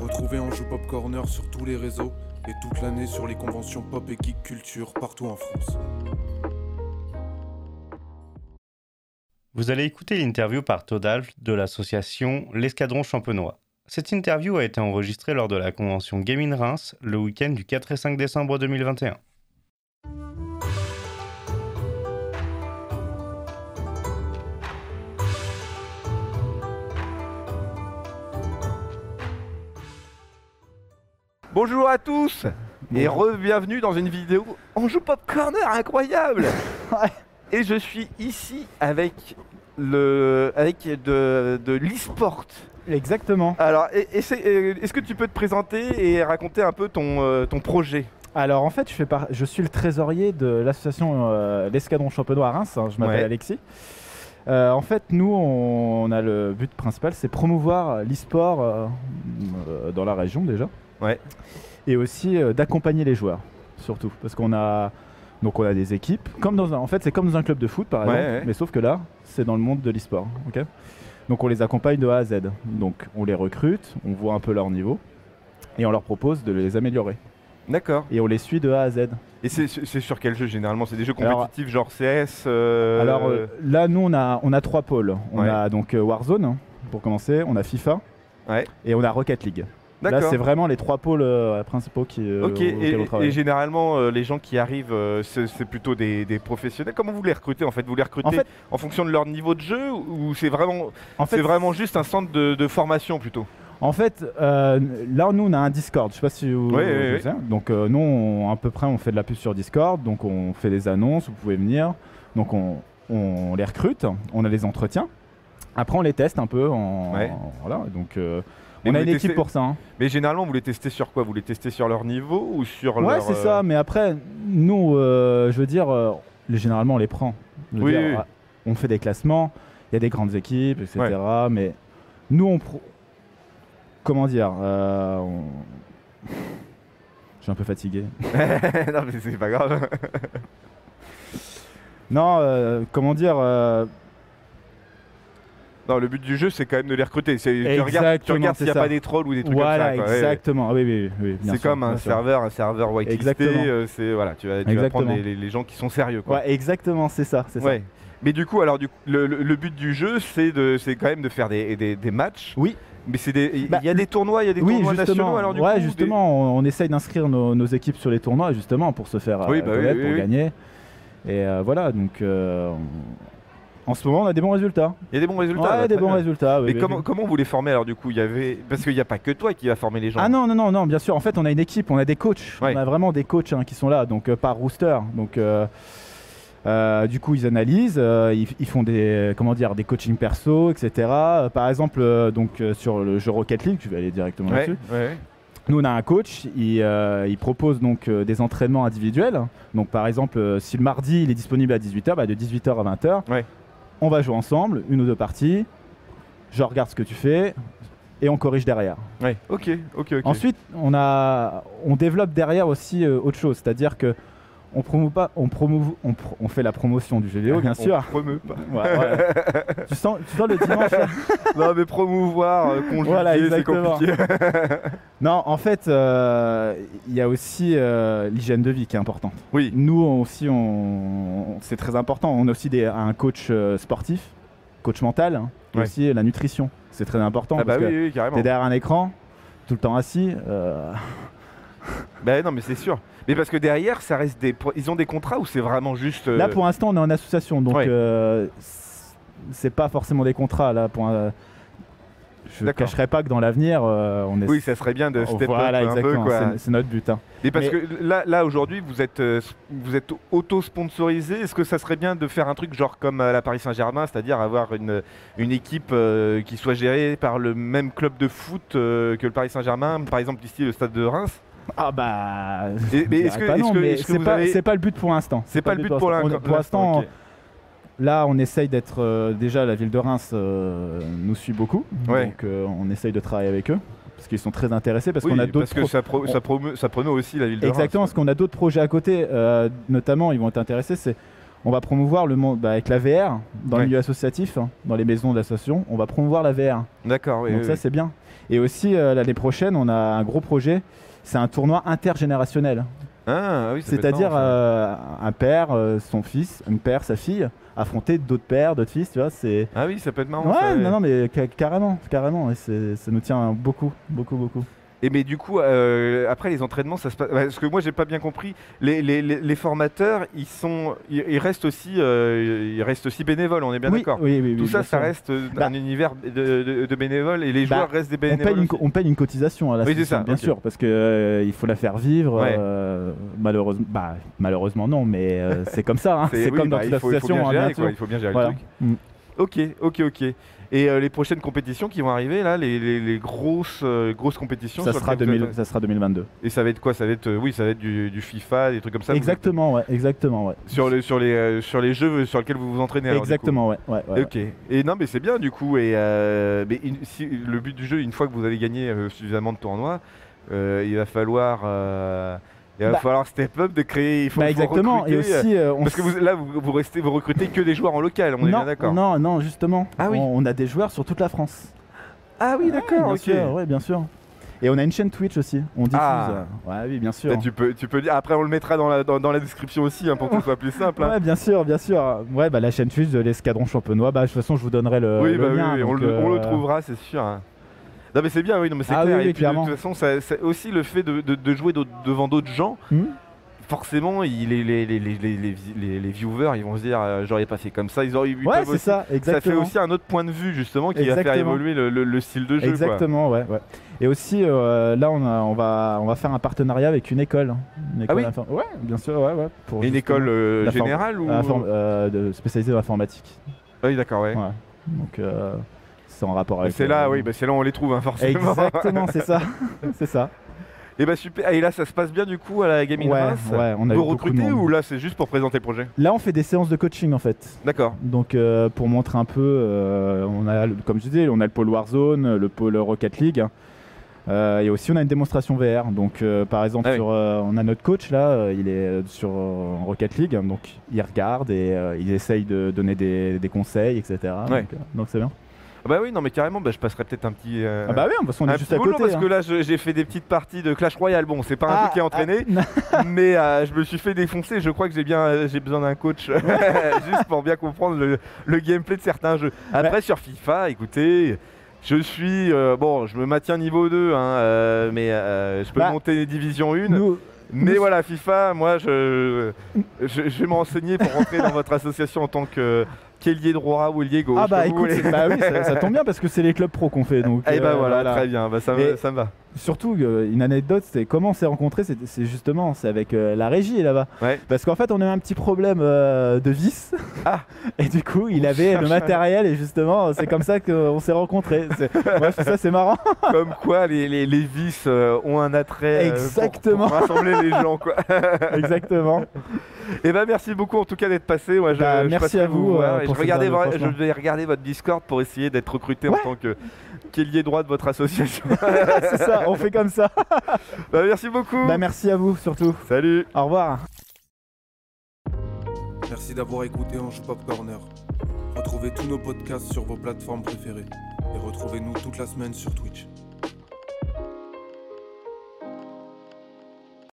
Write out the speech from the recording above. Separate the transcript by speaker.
Speaker 1: Retrouvez Anjou Pop Corner sur tous les réseaux et toute l'année sur les conventions pop et geek culture partout en France.
Speaker 2: Vous allez écouter l'interview par Todalf de l'association L'Escadron Champenois. Cette interview a été enregistrée lors de la convention Game in Reims le week-end du 4 et 5 décembre 2021.
Speaker 3: Bonjour à tous et re-bienvenue dans une vidéo On joue Pop Corner incroyable Et je suis ici avec le avec de, de l'e-sport.
Speaker 4: Exactement.
Speaker 3: Alors, et- et c'est- et- est-ce que tu peux te présenter et raconter un peu ton, euh, ton projet
Speaker 4: Alors en fait, je, fais par- je suis le trésorier de l'association euh, L'Escadron Champenois à Reims. hein, je m'appelle
Speaker 3: Ouais.
Speaker 4: Alexis. Euh, en fait, nous, on, on a le but principal, c'est promouvoir l'e-sport euh, euh, dans la région déjà.
Speaker 3: Ouais.
Speaker 4: Et aussi euh, d'accompagner les joueurs, surtout. Parce qu'on a, donc on a des équipes. Comme dans un- en fait, c'est comme dans un club de foot, par
Speaker 3: Ouais,
Speaker 4: exemple.
Speaker 3: ouais.
Speaker 4: Mais sauf que là, c'est dans le monde de l'e-sport. ok donc on les accompagne de A à Z. Donc on les recrute, on voit un peu leur niveau. Et on leur propose de les améliorer.
Speaker 3: D'accord.
Speaker 4: Et on les suit de A à Z.
Speaker 3: Et c'est c'est sur quel jeu généralement C'est des jeux
Speaker 4: Alors-
Speaker 3: compétitifs genre CS euh,
Speaker 4: Alors euh, là, nous, on a, on a trois pôles. On
Speaker 3: Ouais.
Speaker 4: a donc euh, Warzone, hein, pour commencer, on a FIFA,
Speaker 3: Ouais.
Speaker 4: et on a Rocket League. Là,
Speaker 3: D'accord.
Speaker 4: c'est vraiment les trois pôles euh, principaux qui, euh,
Speaker 3: Ok,
Speaker 4: auxquels
Speaker 3: et,
Speaker 4: on travaille.
Speaker 3: et généralement, euh, les gens qui arrivent, euh, c'est c'est plutôt des, des professionnels. Comment vous les recrutez en fait Vous les recrutez en,
Speaker 4: En fait-
Speaker 3: fonction de leur niveau de jeu ou c'est vraiment,
Speaker 4: en
Speaker 3: c'est
Speaker 4: fait,
Speaker 3: vraiment juste un centre de, de formation plutôt
Speaker 4: en fait euh, là, nous, on a un Discord. Je sais pas si vous.
Speaker 3: Ouais, ouais,
Speaker 4: vous
Speaker 3: ouais.
Speaker 4: savez. Donc, euh, nous, on- à peu près, on fait de la pub sur Discord. Donc, on fait des annonces, vous pouvez venir. Donc, on, on les recrute, on a les entretiens. Après, on les teste un peu. En,
Speaker 3: Ouais.
Speaker 4: voilà, donc, euh,
Speaker 3: Mais
Speaker 4: on a
Speaker 3: vous
Speaker 4: une
Speaker 3: les
Speaker 4: équipe
Speaker 3: testez-
Speaker 4: pour ça. hein.
Speaker 3: Mais généralement, vous les testez sur quoi Vous les testez sur leur niveau ou sur leur.
Speaker 4: Ouais, c'est
Speaker 3: euh,
Speaker 4: ça, mais après, nous, euh, je veux dire, euh, les- généralement, on les prend. Je veux
Speaker 3: Oui,
Speaker 4: dire,
Speaker 3: oui.
Speaker 4: euh, On fait des classements, il y a des grandes équipes, etc. Mais nous, on. pro- Comment dire euh, on- Je suis un peu fatigué.
Speaker 3: euh, non, mais c'est pas grave.
Speaker 4: Non, euh, comment dire euh,
Speaker 3: non, le but du jeu, c'est quand même de les recruter. C'est- Tu regardes, tu
Speaker 4: Exactement,
Speaker 3: regardes s'il n'y a
Speaker 4: c'est ça.
Speaker 3: pas des trolls ou des trucs
Speaker 4: Voilà,
Speaker 3: comme ça. quoi, ouais, ouais.
Speaker 4: exactement. Ah Oui, oui, oui, oui, bien
Speaker 3: C'est
Speaker 4: sûr,
Speaker 3: comme un
Speaker 4: bien sûr.
Speaker 3: serveur, un serveur whitelisté.
Speaker 4: Exactement.
Speaker 3: euh, c'est voilà, tu vas, tu vas
Speaker 4: Exactement.
Speaker 3: prendre les, les- les gens qui sont sérieux. Quoi.
Speaker 4: Ouais, exactement, c'est ça. c'est ça.
Speaker 3: Ouais. Mais du coup, alors du coup, le, le- le but du jeu, c'est de, c'est quand même de faire des, des- des matchs.
Speaker 4: Oui.
Speaker 3: Mais c'est des, il
Speaker 4: Bah,
Speaker 3: y a des tournois, il y a des
Speaker 4: Oui,
Speaker 3: tournois nationaux.
Speaker 4: justement.
Speaker 3: Alors du
Speaker 4: ouais,
Speaker 3: coup, des-
Speaker 4: justement, on, on essaye d'inscrire nos, nos équipes sur les tournois, justement, pour se faire euh,
Speaker 3: Oui, bah oui,
Speaker 4: connaître,
Speaker 3: oui,
Speaker 4: pour
Speaker 3: oui.
Speaker 4: gagner. Et euh, voilà, donc euh, on- en ce moment, on a des bons résultats.
Speaker 3: il y a des bons résultats.
Speaker 4: ouais,
Speaker 3: bah,
Speaker 4: des
Speaker 3: très
Speaker 4: bons
Speaker 3: bien.
Speaker 4: résultats. oui,
Speaker 3: Mais
Speaker 4: oui,
Speaker 3: comment,
Speaker 4: oui.
Speaker 3: comment vous les formez alors du coup Il y avait parce qu'il n'y a pas que toi qui va former les gens.
Speaker 4: Ah non, non, non, non, bien sûr. En fait, on a une équipe, on a des coachs.
Speaker 3: Ouais.
Speaker 4: On a vraiment des coachs hein, qui sont là, donc euh, par rooster. Donc. euh, euh, du coup, ils analysent, euh, ils, ils font des comment dire des coachings perso, etc. Euh, par exemple, euh, donc euh, sur le jeu Rocket League, tu vas aller directement
Speaker 3: Ouais,
Speaker 4: là-dessus.
Speaker 3: ouais.
Speaker 4: Nous, on a un coach, il, euh, il propose donc euh, des entraînements individuels. Donc, par exemple, euh, si le mardi il est disponible à 18h, bah, de 18h à 20h,
Speaker 3: Ouais.
Speaker 4: on va jouer ensemble, une ou deux parties. Je regarde ce que tu fais et on corrige derrière.
Speaker 3: Ouais. Ok, ok, ok.
Speaker 4: Ensuite, on, a, on développe derrière aussi euh, autre chose, c'est-à-dire que on, promou pas, on, promouve, on, pr- on fait la promotion du jeu vidéo, bien
Speaker 3: On
Speaker 4: sûr.
Speaker 3: promeut pas.
Speaker 4: Ouais, ouais. tu, sens, tu sens le dimanche là
Speaker 3: non mais promouvoir, euh, conjuguer,
Speaker 4: Voilà,
Speaker 3: c'est
Speaker 4: exactement.
Speaker 3: compliqué.
Speaker 4: Non, en fait, euh, il y a aussi euh, l'hygiène de vie qui est importante.
Speaker 3: oui.
Speaker 4: Nous on- aussi, on, on- c'est très important. On a aussi des- un coach euh, sportif, coach mental, hein, et
Speaker 3: Ouais.
Speaker 4: aussi la nutrition. C'est très important
Speaker 3: Ah bah
Speaker 4: parce
Speaker 3: oui,
Speaker 4: que
Speaker 3: oui, carrément.
Speaker 4: t'es derrière un écran, tout le temps assis. euh,
Speaker 3: Bah non mais c'est sûr. Mais parce que derrière, ça reste des, pro- ils ont des contrats ou c'est vraiment juste. euh,
Speaker 4: Là, pour l'instant, on est en association, donc
Speaker 3: Ouais.
Speaker 4: euh, c- c'est pas forcément des contrats. Là, pour, un- je ne
Speaker 3: D'accord.
Speaker 4: cacherai pas que dans l'avenir, euh, on est.
Speaker 3: Oui, ça serait bien de step
Speaker 4: Oh, voilà,
Speaker 3: up un peu
Speaker 4: exactement.
Speaker 3: quoi.
Speaker 4: c'est- c'est notre but. hein.
Speaker 3: Mais parce
Speaker 4: Mais-
Speaker 3: que là, là aujourd'hui, vous êtes, euh, vous êtes auto-sponsorisé. Est-ce que ça serait bien de faire un truc genre comme à la Paris Saint-Germain, c'est-à-dire avoir une, une équipe euh, qui soit gérée par le même club de foot euh, que le Paris Saint-Germain, par exemple ici le stade de Reims
Speaker 4: Ah bah.
Speaker 3: Et- mais
Speaker 4: je
Speaker 3: est-ce
Speaker 4: dirais
Speaker 3: que-
Speaker 4: pas
Speaker 3: est-ce
Speaker 4: non,
Speaker 3: que-
Speaker 4: mais
Speaker 3: est-ce que
Speaker 4: c'est
Speaker 3: vous
Speaker 4: pas,
Speaker 3: avez-
Speaker 4: c'est pas le but pour l'instant.
Speaker 3: C'est pas le but pour
Speaker 4: l'instant.
Speaker 3: l'instant.
Speaker 4: On- Pour l'instant,
Speaker 3: ok.
Speaker 4: Là, on essaye d'être. euh, déjà, la ville de Reims euh, nous suit beaucoup.
Speaker 3: Ouais.
Speaker 4: Donc, euh, on essaye de travailler avec eux. Parce qu'ils sont très intéressés. Parce
Speaker 3: Oui,
Speaker 4: qu'on a d'autres.
Speaker 3: parce que
Speaker 4: pro-
Speaker 3: ça, pro-
Speaker 4: on-
Speaker 3: ça, promeut, ça promeut aussi la ville de
Speaker 4: Exactement,
Speaker 3: Reims.
Speaker 4: parce qu'on a d'autres projets à côté. euh, notamment, ils vont être intéressés. C'est on va promouvoir le monde bah, avec la VR dans
Speaker 3: Ouais.
Speaker 4: le milieu associatif, hein, dans les maisons d'association, on va promouvoir la VR.
Speaker 3: D'accord, oui.
Speaker 4: Donc
Speaker 3: oui,
Speaker 4: ça
Speaker 3: oui.
Speaker 4: c'est bien. Et aussi euh, l'année prochaine, on a un gros projet. C'est un tournoi intergénérationnel.
Speaker 3: Ah, ah oui, ça peut être
Speaker 4: C'est-à-dire
Speaker 3: marrant, ça.
Speaker 4: euh, un père, euh, son fils, une père, sa fille, affronter d'autres pères, d'autres fils. Tu vois, c'est
Speaker 3: Ah oui, ça peut être marrant.
Speaker 4: euh, ouais,
Speaker 3: ça, oui.
Speaker 4: non, non, mais ca- carrément, carrément. Et c'est- ça nous tient beaucoup, beaucoup, beaucoup.
Speaker 3: Et mais du coup, euh, après les entraînements, ça se passe. Parce que moi, j'ai pas bien compris. Les, les, les, les formateurs, ils sont, ils, ils restent aussi, euh, ils restent aussi bénévoles. On est bien
Speaker 4: oui,
Speaker 3: d'accord.
Speaker 4: oui, oui, oui,
Speaker 3: Tout ça,
Speaker 4: bien
Speaker 3: ça
Speaker 4: sûr.
Speaker 3: reste euh,
Speaker 4: Bah.
Speaker 3: un univers de, de- de bénévoles et les
Speaker 4: Bah,
Speaker 3: joueurs restent des
Speaker 4: On
Speaker 3: bénévoles.
Speaker 4: paye, une,
Speaker 3: aussi.
Speaker 4: co- on paye une cotisation à la
Speaker 3: Oui, c'est
Speaker 4: société,
Speaker 3: ça,
Speaker 4: bien
Speaker 3: ok.
Speaker 4: sûr, parce que euh, il faut la faire vivre.
Speaker 3: Ouais.
Speaker 4: euh, malheureusement, bah, malheureusement non, mais euh, c'est comme ça. hein,
Speaker 3: C'est-
Speaker 4: C'est
Speaker 3: oui,
Speaker 4: comme dans
Speaker 3: bah,
Speaker 4: toute
Speaker 3: il faut, il faut
Speaker 4: association,
Speaker 3: bien
Speaker 4: hein,
Speaker 3: gérer,
Speaker 4: bien
Speaker 3: quoi,
Speaker 4: sûr.
Speaker 3: il faut bien gérer
Speaker 4: Voilà.
Speaker 3: le truc.
Speaker 4: Mm.
Speaker 3: Ok, ok, ok. Et euh, les prochaines compétitions qui vont arriver là, les, les- les grosses euh, grosses compétitions.
Speaker 4: Ça
Speaker 3: sur
Speaker 4: sera,
Speaker 3: lesquelles vous
Speaker 4: 2000
Speaker 3: êtes-
Speaker 4: ça sera 2022.
Speaker 3: Et ça va être quoi Ça va être, euh, oui, ça va être du, du FIFA, des trucs comme ça. vous êtes-
Speaker 4: exactement, ouais, exactement, ouais.
Speaker 3: Sur les sur les euh, sur les jeux sur lesquels vous vous entraînez. alors, du coup.
Speaker 4: exactement, ouais, ouais, ouais, ouais.
Speaker 3: Ok. Et non, mais c'est bien du coup. Et euh, mais une- si- le but du jeu, une fois que vous avez gagné euh, suffisamment de tournois, euh, il va falloir, euh, il va
Speaker 4: Bah.
Speaker 3: falloir step up, de créer. Il faut,
Speaker 4: Bah,
Speaker 3: faut
Speaker 4: exactement.
Speaker 3: recruter,
Speaker 4: Et
Speaker 3: euh,
Speaker 4: aussi, euh, on
Speaker 3: parce que vous, là, vous, vous restez, vous recrutez que des joueurs en local. On est bien
Speaker 4: non,
Speaker 3: d'accord.
Speaker 4: non, non, justement.
Speaker 3: Ah oui.
Speaker 4: on, on a des joueurs sur toute la France.
Speaker 3: Ah oui,
Speaker 4: Ouais,
Speaker 3: d'accord.
Speaker 4: bien
Speaker 3: ok.
Speaker 4: sûr, ouais, bien sûr. Et on a une chaîne Twitch aussi. On diffuse.
Speaker 3: Ah.
Speaker 4: euh, Ouais, oui, bien sûr.
Speaker 3: Bah, tu peux, tu peux dire. Après, on le mettra dans la, dans, dans la description aussi hein, pour que ce soit plus simple. hein.
Speaker 4: Ouais, bien sûr, bien sûr. Ouais, bah la chaîne Twitch de l'escadron champenois. Bah de toute façon, je vous donnerai le.
Speaker 3: oui,
Speaker 4: le
Speaker 3: bah oui,
Speaker 4: lien,
Speaker 3: oui, on,
Speaker 4: donc,
Speaker 3: le, on le
Speaker 4: euh,
Speaker 3: trouvera, c'est sûr. hein. Non mais c'est bien, oui, non mais c'est
Speaker 4: Ah
Speaker 3: clair.
Speaker 4: oui, oui,
Speaker 3: et puis de
Speaker 4: clairement.
Speaker 3: toute façon, ça, ça- aussi le fait de, de- de jouer d'autres- devant d'autres gens,
Speaker 4: Hmm.
Speaker 3: forcément, il- les, les, les, les, les, les- les- les viewers, ils vont se dire, euh, j'aurais pas fait comme ça. Ils auraient ils
Speaker 4: Ouais,
Speaker 3: peuvent
Speaker 4: c'est
Speaker 3: aussi-
Speaker 4: ça,
Speaker 3: Ça fait
Speaker 4: exactement.
Speaker 3: aussi un autre point de vue justement qui va faire
Speaker 4: Exactement.
Speaker 3: évoluer le, le- le style de jeu. quoi.
Speaker 4: Exactement, ouais, ouais. Et aussi, euh, là, on, a- on va, on va faire un partenariat avec une école. Une école
Speaker 3: Ah oui
Speaker 4: d'inform- Ouais, bien sûr, ouais, ouais. pour
Speaker 3: Et Une
Speaker 4: justement-
Speaker 3: école euh,
Speaker 4: la forme-
Speaker 3: générale ou Ah
Speaker 4: Inform- euh, de, spécialisée dans l'informatique.
Speaker 3: Oui, d'accord, ouais.
Speaker 4: Ouais. Donc, euh, c'est en rapport
Speaker 3: Mais
Speaker 4: avec.
Speaker 3: C'est
Speaker 4: euh,
Speaker 3: là, oui, bah, c'est là où on les trouve, hein, forcément.
Speaker 4: Exactement, c'est ça. c'est ça.
Speaker 3: Et bah super. Ah, Et là, ça se passe bien du coup à la Gaming
Speaker 4: ouais,
Speaker 3: House
Speaker 4: ouais, on a eu
Speaker 3: Vous
Speaker 4: beaucoup de
Speaker 3: recrutez
Speaker 4: monde.
Speaker 3: ou là, c'est juste pour présenter le projet
Speaker 4: Là, on fait des séances de coaching en fait.
Speaker 3: D'accord.
Speaker 4: Donc, euh, pour montrer un peu, euh, on a, le- comme je disais, on a le pôle Warzone, le pôle Rocket League. hein. Euh, et aussi, on a une démonstration VR. Donc, euh, par exemple,
Speaker 3: Ah oui.
Speaker 4: sur, euh, on a notre coach là, euh, il est euh, sur euh, Rocket League. Donc, il regarde et euh, il essaye de donner des, des conseils, etc.
Speaker 3: Ouais.
Speaker 4: Donc, euh, donc, c'est bien.
Speaker 3: Ah Bah oui, non mais carrément, bah, je passerai peut-être un petit. euh,
Speaker 4: Ah, bah oui, de toute façon, on
Speaker 3: un
Speaker 4: est
Speaker 3: petit
Speaker 4: juste à
Speaker 3: boulot,
Speaker 4: côté.
Speaker 3: parce
Speaker 4: hein.
Speaker 3: que là, je- j'ai fait des petites parties de Clash Royale. Bon, c'est pas un
Speaker 4: Ah,
Speaker 3: truc qui est entraîné,
Speaker 4: ah,
Speaker 3: mais euh, je me suis fait défoncer. Je crois que j'ai bien, euh, j'ai besoin d'un coach juste pour bien comprendre le, le gameplay de certains jeux. Après sur FIFA, écoutez. Je suis euh, bon, je me maintiens niveau 2, hein, euh, mais euh, je peux
Speaker 4: Bah,
Speaker 3: monter division 1.
Speaker 4: Nous,
Speaker 3: mais
Speaker 4: nous-
Speaker 3: voilà, FIFA, moi, je, je, je vais me renseigner pour rentrer dans votre association en tant que qu'ailier droit ou ailier gauche.
Speaker 4: ah bah
Speaker 3: comme vous
Speaker 4: écoute,
Speaker 3: voulez.
Speaker 4: c'est- bah oui, ça, ça tombe bien parce que c'est les clubs pro qu'on fait. Donc,
Speaker 3: Eh ben
Speaker 4: euh,
Speaker 3: voilà, très bien, bah, ça, me,
Speaker 4: Et-
Speaker 3: ça me va.
Speaker 4: Surtout, euh, une anecdote, c'est comment on s'est rencontrés, c'est c'est justement c'est avec euh, la régie là-bas.
Speaker 3: Ouais.
Speaker 4: Parce qu'en fait, on a eu un petit problème euh, de vis.
Speaker 3: Ah.
Speaker 4: Et du coup, il avait le matériel et justement, c'est comme ça qu'on s'est rencontrés. C'est- Ouais, ça, c'est marrant.
Speaker 3: Comme quoi les, les, les vis euh, ont un attrait euh, pour-
Speaker 4: Exactement.
Speaker 3: pour, rassembler les gens. Quoi.
Speaker 4: Exactement.
Speaker 3: Et ben merci beaucoup en tout cas d'être passé. Moi, je,
Speaker 4: Bah,
Speaker 3: je
Speaker 4: merci
Speaker 3: passerai
Speaker 4: à vous,
Speaker 3: vous voir
Speaker 4: euh,
Speaker 3: hein, et je,
Speaker 4: pour cette
Speaker 3: regardais
Speaker 4: interview,
Speaker 3: vra- je
Speaker 4: franchement.
Speaker 3: vais regarder votre Discord pour essayer d'être recruté en
Speaker 4: Ouais.
Speaker 3: tant que qu'ailier droit de votre association.
Speaker 4: c'est ça, on fait comme ça.
Speaker 3: Bah, merci beaucoup.
Speaker 4: Bah, merci à vous surtout.
Speaker 3: Salut.
Speaker 4: Au revoir.
Speaker 1: Merci d'avoir écouté Ange Pop Corner. Retrouvez tous nos podcasts sur vos plateformes préférées et retrouvez-nous toute la semaine sur Twitch.